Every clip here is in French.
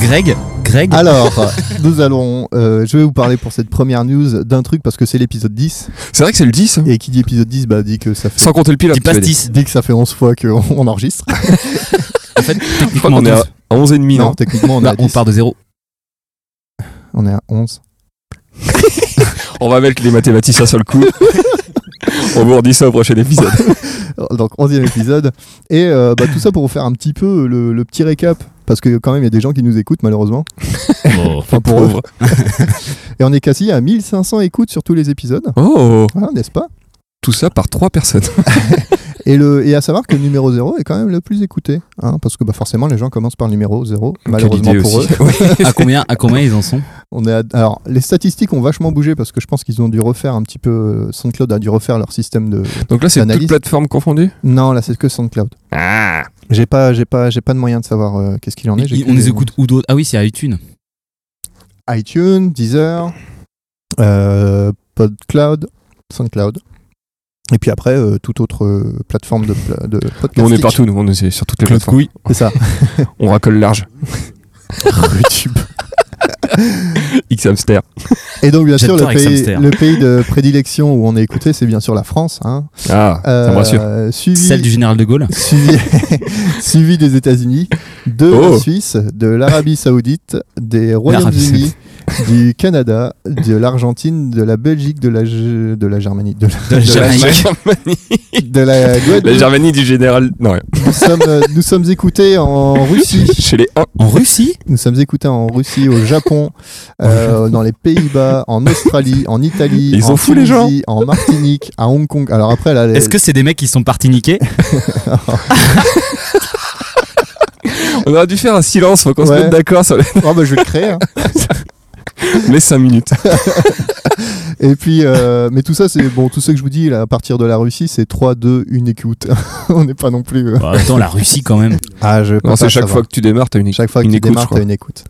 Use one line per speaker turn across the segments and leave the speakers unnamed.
Greg Greg
Alors, nous allons. euh, je vais vous parler pour cette première news d'un truc parce que c'est l'épisode 10.
C'est vrai que c'est le 10, hein.
Et qui dit épisode 10, bah, dit que ça fait.
sans compter le pilote.
Dis
tu veux dire.
pastis.
dit que ça fait 11 fois qu'on on enregistre.
En fait,
Je crois
techniquement,
qu'on est à
tous.
11 et demi,
non,
non
techniquement, on est
Bah,
à
on
10.
part de zéro.
On est à 11.
On va mettre les mathématiciens sur le coup. On vous redit ça au prochain épisode.
Donc, 11e épisode. Et euh, bah, tout ça pour vous faire un petit peu le, le petit récap. Parce que, quand même, il y a des gens qui nous écoutent, malheureusement.
Oh.
Enfin, pour eux.
Pauvre.
Et on est quasi à 1500 écoutes sur tous les épisodes.
Oh,
Voilà, n'est-ce pas
tout ça par trois personnes.
et, le, et à savoir que le numéro 0 est quand même le plus écouté. hein, parce que bah, forcément, les gens commencent par le numéro 0, malheureusement
idée
pour
aussi.
eux.
à combien à combien ils en sont
On est à- alors, les statistiques ont vachement bougé parce que je pense qu'ils ont dû refaire un petit peu. euh, SoundCloud a dû refaire leur système de.
Donc là, c'est
L'analyse.
toutes plateformes confondues
Non, là, c'est que SoundCloud.
Ah
J'ai pas, j'ai pas, j'ai pas de moyen de savoir euh, qu'est-ce qu'il en est. J'ai
Ils-
que
On les écoute où d'autres Ah oui, c'est à iTunes.
iTunes, Deezer, euh, PodCloud, SoundCloud. Et puis après, euh, toute autre euh, plateforme de, pla- de podcast.
Nous, on est partout, nous, on est sur toutes les
Claude
plateformes.
Couille.
C'est ça.
On racole large.
YouTube.
X-Hamster.
Et donc, bien sûr, le
J'adore Ex
pays,
Hamster.
le pays de prédilection où on est écouté, c'est bien sûr la France. Hein.
Ah, ça
Euh,
me rassure.
Suivi,
Celle du général de Gaulle.
suivi, suivi des États-Unis, de la
Oh.
Suisse, de l'Arabie Saoudite, des Royaumes-Unis, du Canada, de l'Argentine, de la Belgique, de la, G- de la Germanie, de la,
la
de la-
Germanie.
La Germanie.
de la
La
Guadeloupe.
Germanie du général. Non, rien.
Nous sommes, euh, nous sommes écoutés en Russie,
Chez les 1.
En Russie
nous sommes écoutés en Russie, au Japon, euh, dans les Pays-Bas, en Australie, en Italie,
Ils
en
ont fous, les gens.
Tunisie, en Martinique, à Hong Kong. Alors après, là, les-
Est-ce que c'est des mecs qui sont partis niquer
On aurait dû faire un silence, faut qu'on se
Ouais.
mette d'accord sur les...
oh, bah, je vais le créer. hein.
les 5 minutes.
Et puis, euh, mais tout ça, c'est bon, tout ce que je vous dis là, à partir de la Russie, c'est 3, 2, 1 écoute. On n'est pas non plus. euh.
Bah, Attends, la Russie quand même.
Ah, je
Non, c'est chaque fois que tu démarres, t'as une
chaque fois que
une
tu
écoute, je
démarres,
crois.
t'as une écoute.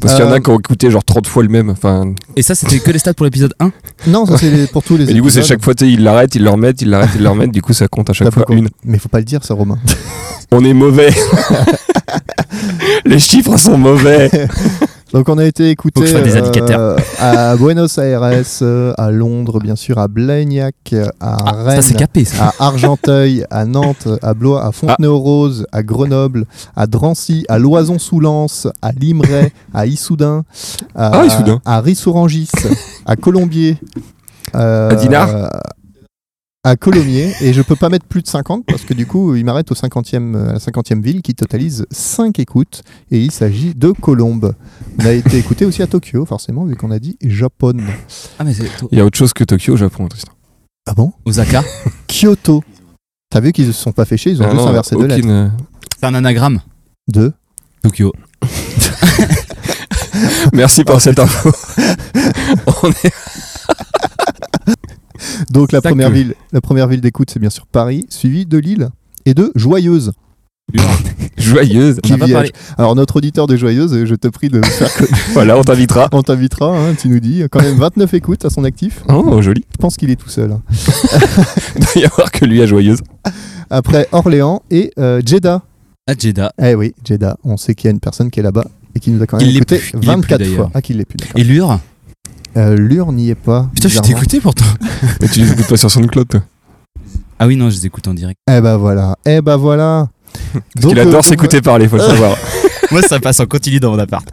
Parce qu'il y en
Euh,
a qui ont écouté genre 30 fois le même. Enfin,
Et ça, c'était que les stats pour l'épisode 1
Non, ça c'est les- pour tous les.
mais du coup, c'est
épisodes.
chaque fois, tu sais, ils l'arrêtent, ils le remettent, ils l'arrêtent, ils le remettent. Du coup, ça compte à
T'as
chaque fois
pas
une.
compris. Mais faut pas le dire, ça, Romain.
On est mauvais. les chiffres sont mauvais.
Donc, on a été écouté euh,
Faut que je sois des indicateurs.
à Buenos Aires, euh, à Londres, bien sûr, à Blagnac, euh, à
Ah, ça c'est
Rennes,
capé ça.
à Argenteuil, à Nantes, à Blois, à Fontenay-aux-Roses, à Grenoble, à Drancy, à Loison-sous-Lens, à Limeray, à Issoudun, à,
Ah, Issoudun.
à Rissourangis, à Colombier, euh,
À Dinard.
à Colomiers. Et je peux pas mettre plus de 50 parce que du coup, il m'arrête au 50e, euh, à la 50e ville qui totalise 5 écoutes et il s'agit de Colombes. On a été écouté aussi à Tokyo, forcément, vu qu'on a dit Japon.
Ah, mais c'est toi.
Il y a autre chose que Tokyo au Japon, Tristan.
Ah bon
Osaka.
Kyoto. T'as vu qu'ils se sont pas fêchés, ils ont
Ah
juste
non,
inversé deux
aucune,
lettres.
euh,
C'est un anagramme.
Deux.
Tokyo.
Merci pour cette info. On est-
Donc la
Ça
première,
que-
ville, la première ville d'écoute, c'est bien sûr Paris, suivie de Lille et de Joyeuse.
Joyeuse.
On
Qui
n'a pas
vit à-
parlé.
Alors notre auditeur de Joyeuse, je te prie de faire
Voilà, on t'invitera.
on t'invitera, hein, tu nous dis, quand même 29 écoutes à son actif.
Oh, joli.
Je pense qu'il est tout seul. hein.
Il doit y avoir que lui à Joyeuse.
Après Orléans et euh, Jeddah.
À Ah, Jeddah.
Eh oui, Jeddah, on sait qu'il y a une personne qui est là-bas et qui nous a quand même
Il l'est
écouté
plus, il l'est plus
24 fois.
d'ailleurs.
Ah qu'il l'est plus, d'accord.
Et Lure
Euh, Lure n'y est pas.
Putain, je
bizarrement.
t'ai écouté pourtant.
Mais tu les écoutes pas sur SoundCloud, toi.
Ah oui, non, je les écoute en direct.
Eh bah voilà, eh bah voilà.
Parce
euh,
qu'il adore s'écouter parler, faut le savoir.
Moi, ça passe en continu dans mon appart.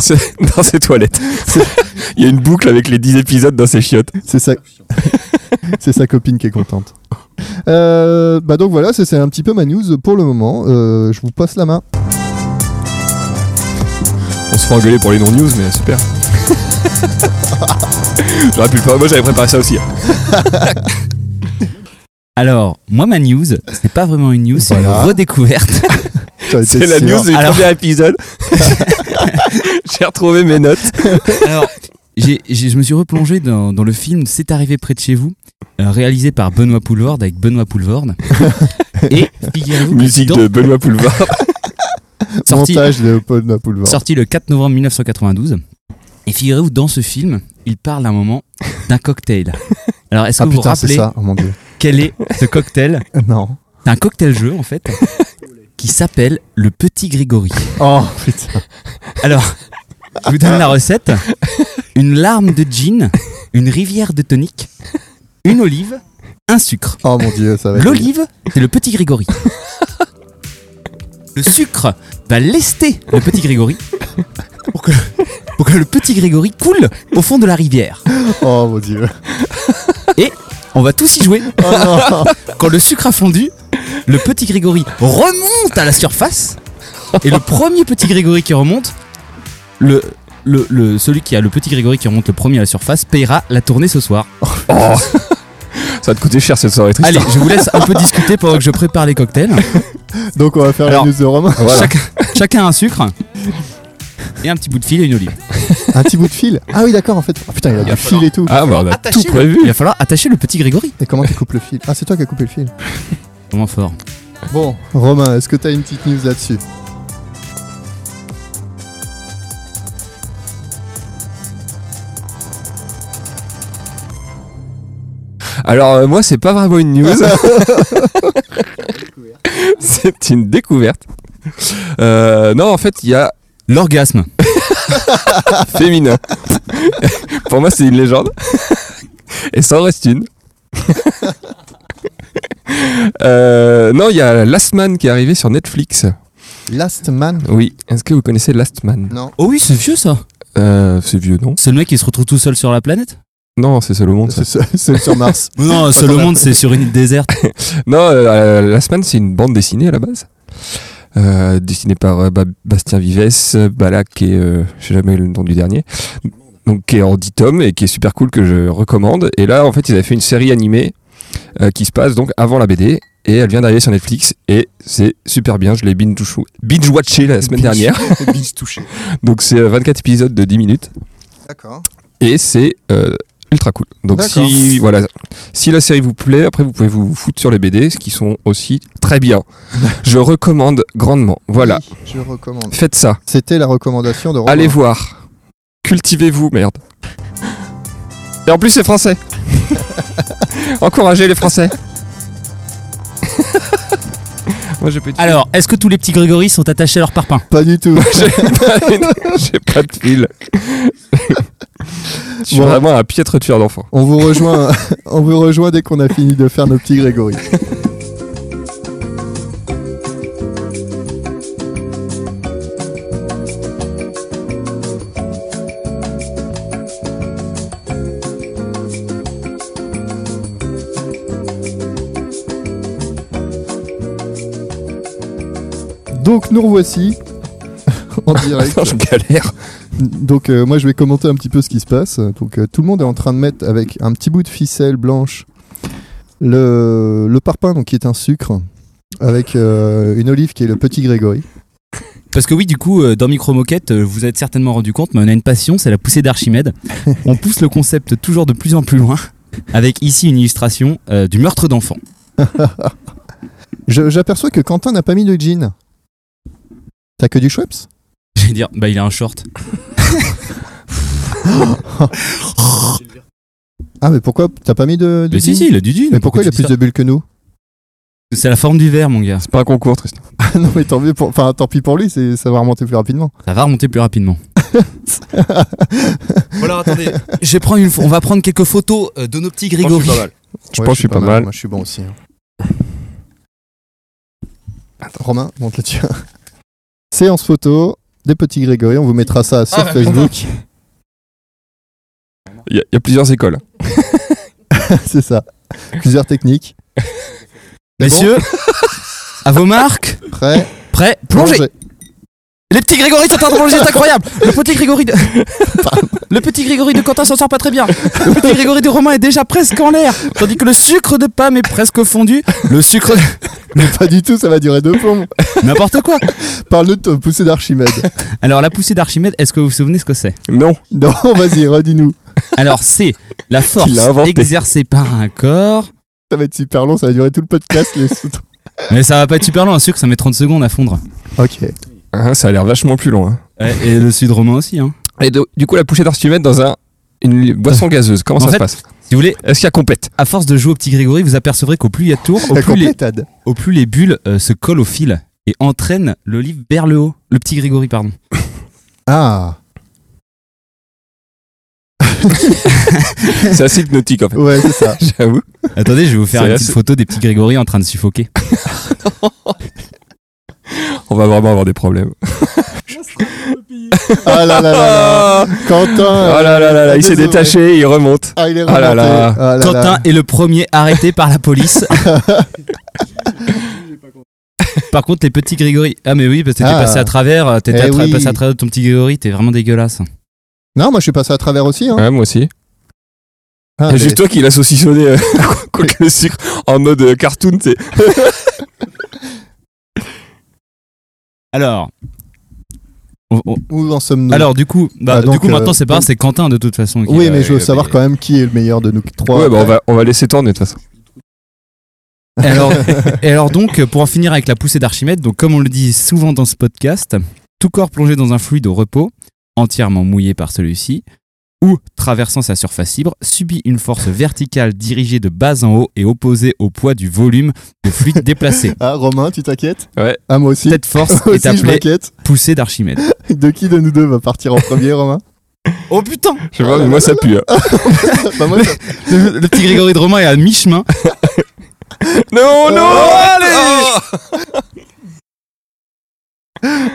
C'est- dans ses toilettes. Il y a une boucle avec les 10 épisodes dans ses chiottes.
C'est sa... c'est sa copine qui est contente. Euh, bah donc voilà, c'est c'est un petit peu ma news pour le moment. Euh, je vous passe la main.
On se fait engueuler pour les non-news, mais super. J'aurais pu le faire. Moi, j'avais préparé ça aussi.
Alors, moi, ma news, c'est pas vraiment une news, c'est une
Voilà.
redécouverte.
J'en
C'est
étais
la
sûr.
news du
Alors-
premier épisode. J'ai retrouvé mes notes.
Alors, j'ai- j'ai- je me suis replongé dans, dans le film C'est arrivé près de chez vous, euh, réalisé par Benoît Poulvorde avec Benoît Poulvorde. Et figurez-vous, que
Musique
dans-
de Benoît Poulevard.
sorti,
Montage de Paul Napoulevard.
sorti le 4 novembre 1992. Et figurez-vous, dans ce film, il parle à un moment d'un cocktail. Alors, est-ce que
Ah
vous vous
putain, c'est
rappelez
ça, oh mon dieu.
quel est ce cocktail
Non.
C'est un cocktail jeu en fait. qui s'appelle le petit Grégory.
Oh putain.
Alors, je vous donne la recette. Une larme de gin, une rivière de tonique, une olive, un sucre.
Oh mon dieu, ça va. être-
L'olive, c'est le petit Grégory. Le sucre va lester le petit Grégory pour que, pour que le petit Grégory coule au fond de la rivière.
Oh mon dieu.
Et on va tous y jouer.
Oh non.
Quand le sucre a fondu, le petit Grégory remonte à la surface. Et le premier petit Grégory qui remonte, le, le, le- celui qui a le petit Grégory qui remonte le premier à la surface, payera la tournée ce soir.
Oh. Ça va te coûter cher cette soirée triste.
Allez, je vous laisse un peu discuter pendant que je prépare les cocktails.
Donc on va faire
Alors-
la news de Romain.
Voilà.
Chacun- chacun un sucre. Et un petit bout de fil et une olive.
Un petit bout de fil. Ah oui, d'accord en fait. Oh, putain, il a du fil et tout.
Ah bah on a
Attacher
tout
le-
prévu.
Il va falloir attacher le petit Grégory.
Et comment tu coupes le fil Ah, c'est toi qui as coupé le fil.
Moment fort.
Bon, Romain, est-ce que t'as une petite news là-dessus
Alors euh, moi c'est pas vraiment une news. c'est une découverte. Euh, non en fait il y a
L'orgasme.
féminin. Pour moi c'est une légende. Et ça en reste une. Euh, non, il y a Last Man qui est arrivé sur Netflix.
Last Man
Oui. Est-ce que vous connaissez Last Man
Non.
Oh oui, c'est vieux ça.
euh, C'est vieux, non
C'est le mec qui se retrouve tout seul sur la planète
Non, c'est Seul au monde. ça.
C'est c'est sur Mars.
Non, seul au monde, c'est sur une île déserte.
Non, euh, Last Man, c'est une bande dessinée à la base. Euh, dessinée par euh, Ba- Bastien Vives, euh, Balak et euh, je sais jamais le nom du dernier. Donc qui est en 10 tomes et qui est super cool que je recommande. Et là, en fait, ils avaient fait une série animée euh, qui se passe donc avant la BD et elle vient d'arriver sur Netflix et c'est super bien. Je l'ai binge binge watché la semaine
Binge.
dernière.
Binge touché.
Donc c'est euh, 24 épisodes de 10 minutes
D'accord.
et c'est euh, ultra cool. Donc
D'accord.
si voilà, si la série vous plaît, après vous pouvez vous foutre sur les BD, ce qui sont aussi très bien. Je recommande grandement. Voilà,
Oui, je recommande.
faites ça.
C'était la recommandation de Romain.
Allez voir. Cultivez-vous, merde. Et en plus c'est français. Encouragez les Français. Moi j'ai pas eu de
Alors, est-ce que tous les petits Grégory sont attachés à leur parpaing
Pas du tout.
j'ai pas, j'ai pas de fil. Je suis
Bon.
vraiment un piètre tueur d'enfants.
On vous rejoint, on vous rejoint dès qu'on a fini de faire nos petits Grégory. Donc nous revoici en direct.
Attends, je galère.
Donc euh, moi je vais commenter un petit peu ce qui se passe. Donc euh, tout le monde est en train de mettre avec un petit bout de ficelle blanche le, le parpaing donc qui est un sucre avec euh, une olive qui est le petit Grégory.
Parce que oui, du coup, euh, dans Micro Moquette, euh, vous êtes certainement rendu compte, mais on a une passion, c'est la poussée d'Archimède. on pousse le concept toujours de plus en plus loin, avec ici une illustration euh, du meurtre d'enfant.
Je- J'aperçois que Quentin n'a pas mis de jean. T'as que du Schweppes
Je vais dire, bah il a un short.
Ah mais pourquoi t'as pas mis de, de
Mais si,
jean
si, il a du jean.
Mais pourquoi il a plus de bulles que nous
C'est la forme du verre, mon gars.
C'est pas un concours, Tristan.
Ah Non mais tant, mieux pour- enfin, tant pis pour lui, c'est- ça va remonter plus rapidement.
Ça va remonter plus rapidement. Alors attendez, je prends une, on va prendre quelques photos euh, de nos petits Grégory.
Je pense que je suis pas mal.
Moi je suis bon aussi. hein. Attends, Romain, monte le tien. Séance photo des petits Grégory, on vous mettra ça sur Facebook.
Il y, a- il y a plusieurs écoles.
C'est ça. Plusieurs techniques.
Messieurs, à vos marques,
Prêt,
prêts, plongez.
plongez.
Les petits Grégory sont en train de plonger, c'est incroyable. Le petit Grégory de... Le petit Grégory de Quentin s'en sort pas très bien. Le petit Grégory de Romain est déjà presque en l'air, tandis que le sucre de pomme est presque fondu. Le sucre,
Mais pas du tout, ça va durer deux plombs.
n'importe quoi.
Parle-nous de ton poussée d'Archimède.
Alors la poussée d'Archimède, est-ce que vous vous souvenez ce que c'est
Non.
Non, vas-y, redis-nous.
Alors c'est la force
Il l'a inventé.
exercée par un corps
Ça va être super long, ça va durer tout le podcast. Les... sous-titres.
Mais ça va pas être super long, un sucre ça met 30 secondes à fondre.
ok.
Hein, ça a l'air vachement plus long. hein.
Et le sud romain aussi. Hein.
Et do- du coup, la poussée d'Archimède dans un, une boisson gazeuse, comment
En
ça
fait-
se passe
Si vous voulez,
Est-ce qu'il y a compète
à force de jouer au petit Grégory, vous apercevrez qu'au plus il y a de tours, au
T'as
plus,
compris,
les,
Tad
au plus les bulles euh, se collent au fil. et entraîne l'olive vers le haut. Le petit Grégory, pardon.
Ah
C'est assez hypnotique en fait.
Ouais, c'est ça.
J'avoue.
Attendez, je vais vous faire
C'est
une
assez-
petite photo des petits Grégory en train de suffoquer.
On va vraiment avoir des problèmes.
Ah là là là là
Ah
Quentin
Ah là là là là, il s'est
désolé.
détaché, il remonte.
Ah, il est
Ah là
remonté.
là.
Ah là
Quentin
là.
est le premier arrêté par la police. Par contre, les petits Grégory. Ah, mais oui, parce que t'étais
Ah.
passé à travers. euh, T'étais
Eh
à tra-
oui.
passé à travers de ton petit Grégory. T'es vraiment dégueulasse.
Non, moi je suis passé à travers aussi. Hein.
Ouais, moi aussi.
Ah,
Et
mais-
juste toi qui l'as saucissonné euh, contre le sucre en mode euh, cartoon, tu sais.
Alors. on- on-
Où en sommes-nous
Alors, du coup, bah,
Ah, donc,
du coup maintenant,
euh,
c'est pas grave,
donc-
c'est Quentin de toute façon. qui
Oui,
va-
mais je veux
euh,
savoir
mais-
quand même qui est le meilleur de nous trois.
Ouais, bah on va, on va laisser tourner de toute façon.
Et alors, et alors donc, pour en finir avec la poussée d'Archimède, donc comme on le dit souvent dans ce podcast, tout corps plongé dans un fluide au repos, entièrement mouillé par celui-ci, ou traversant sa surface libre, subit une force verticale dirigée de bas en haut et opposée au poids du volume de fluide déplacé.
Ah, Romain, tu t'inquiètes
Ouais.
Ah, moi aussi.
Cette force
Moi
est
aussi, je
appelée
m'inquiète.
poussée d'Archimède.
De qui de nous deux va partir en premier, Romain
Oh putain
Je sais pas, mais moi ça pue. hein.
Bah, moi, ça-
Le, le petit Grégory de Romain est à mi-chemin.
Non, non, allez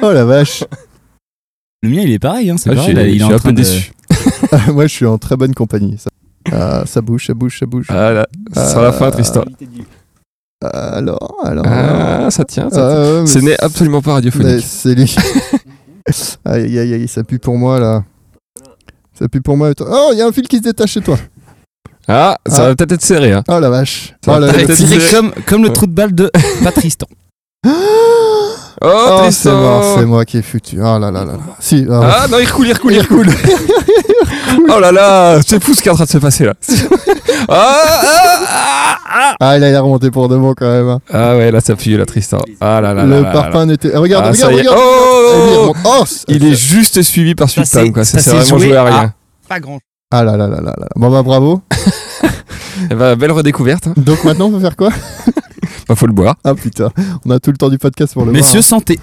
Oh la vache
Le mien, il est pareil, hein, c'est
Ah, je
pareil,
suis
là, il
je
est en
suis un
train
peu
de-
déçu.
Ah, Moi, je suis en très bonne compagnie. Ça, Ah, ça bouge, ça bouge, ça bouge.
Ah là, ça sera la fin, Tristan.
Alors, alors.
Ah, ça tient, ça tient.
Ah, ouais,
Ce
mais-
n'est absolument pas
mais
radiophonique.
C'est lui. aïe, aïe, aïe, aïe, ça pue pour moi là. Ça pue pour moi. Attends. Oh, il y a un fil qui se détache chez toi.
Ah, ça
Ah.
va peut-être être serré. Hein.
Oh la vache.
Ça
oh, la
va
vache.
peut-être
C'est
serré.
comme, comme le trou de balle de Patristan.
Oh,
Oh, c'est
Tristan
mort, c'est moi qui est foutu. Oh là là là là. Si, ah,
Ah non, il recoule, il recoule, il recoule. oh là là, c'est fou ce qui est en train de se passer là. ah, ah, ah, ah.
Ah, il a remonté pour de bon quand même. hein.
Ah ouais, là ça pue là, Tristan. Ah là là là.
le
là, là, là.
parpaing n'était. Ah, regarde,
Ah, ça
regarde,
y est.
regarde. Ah, lui, il
Oh,
remonte. Oh, c'est-
il est juste suivi par
Ça,
Sultan
c'est-
quoi. Ça,
ça,
s'est
c'est
vraiment
joué
joué à
à-
rien.
Pas grand
Ah là là là là là. Bon bah bravo.
Eh ben, belle redécouverte. Hein.
Donc maintenant, on va faire quoi
Bah, faut le boire.
Ah putain, on a tout le temps du podcast pour le voir.
Messieurs, santé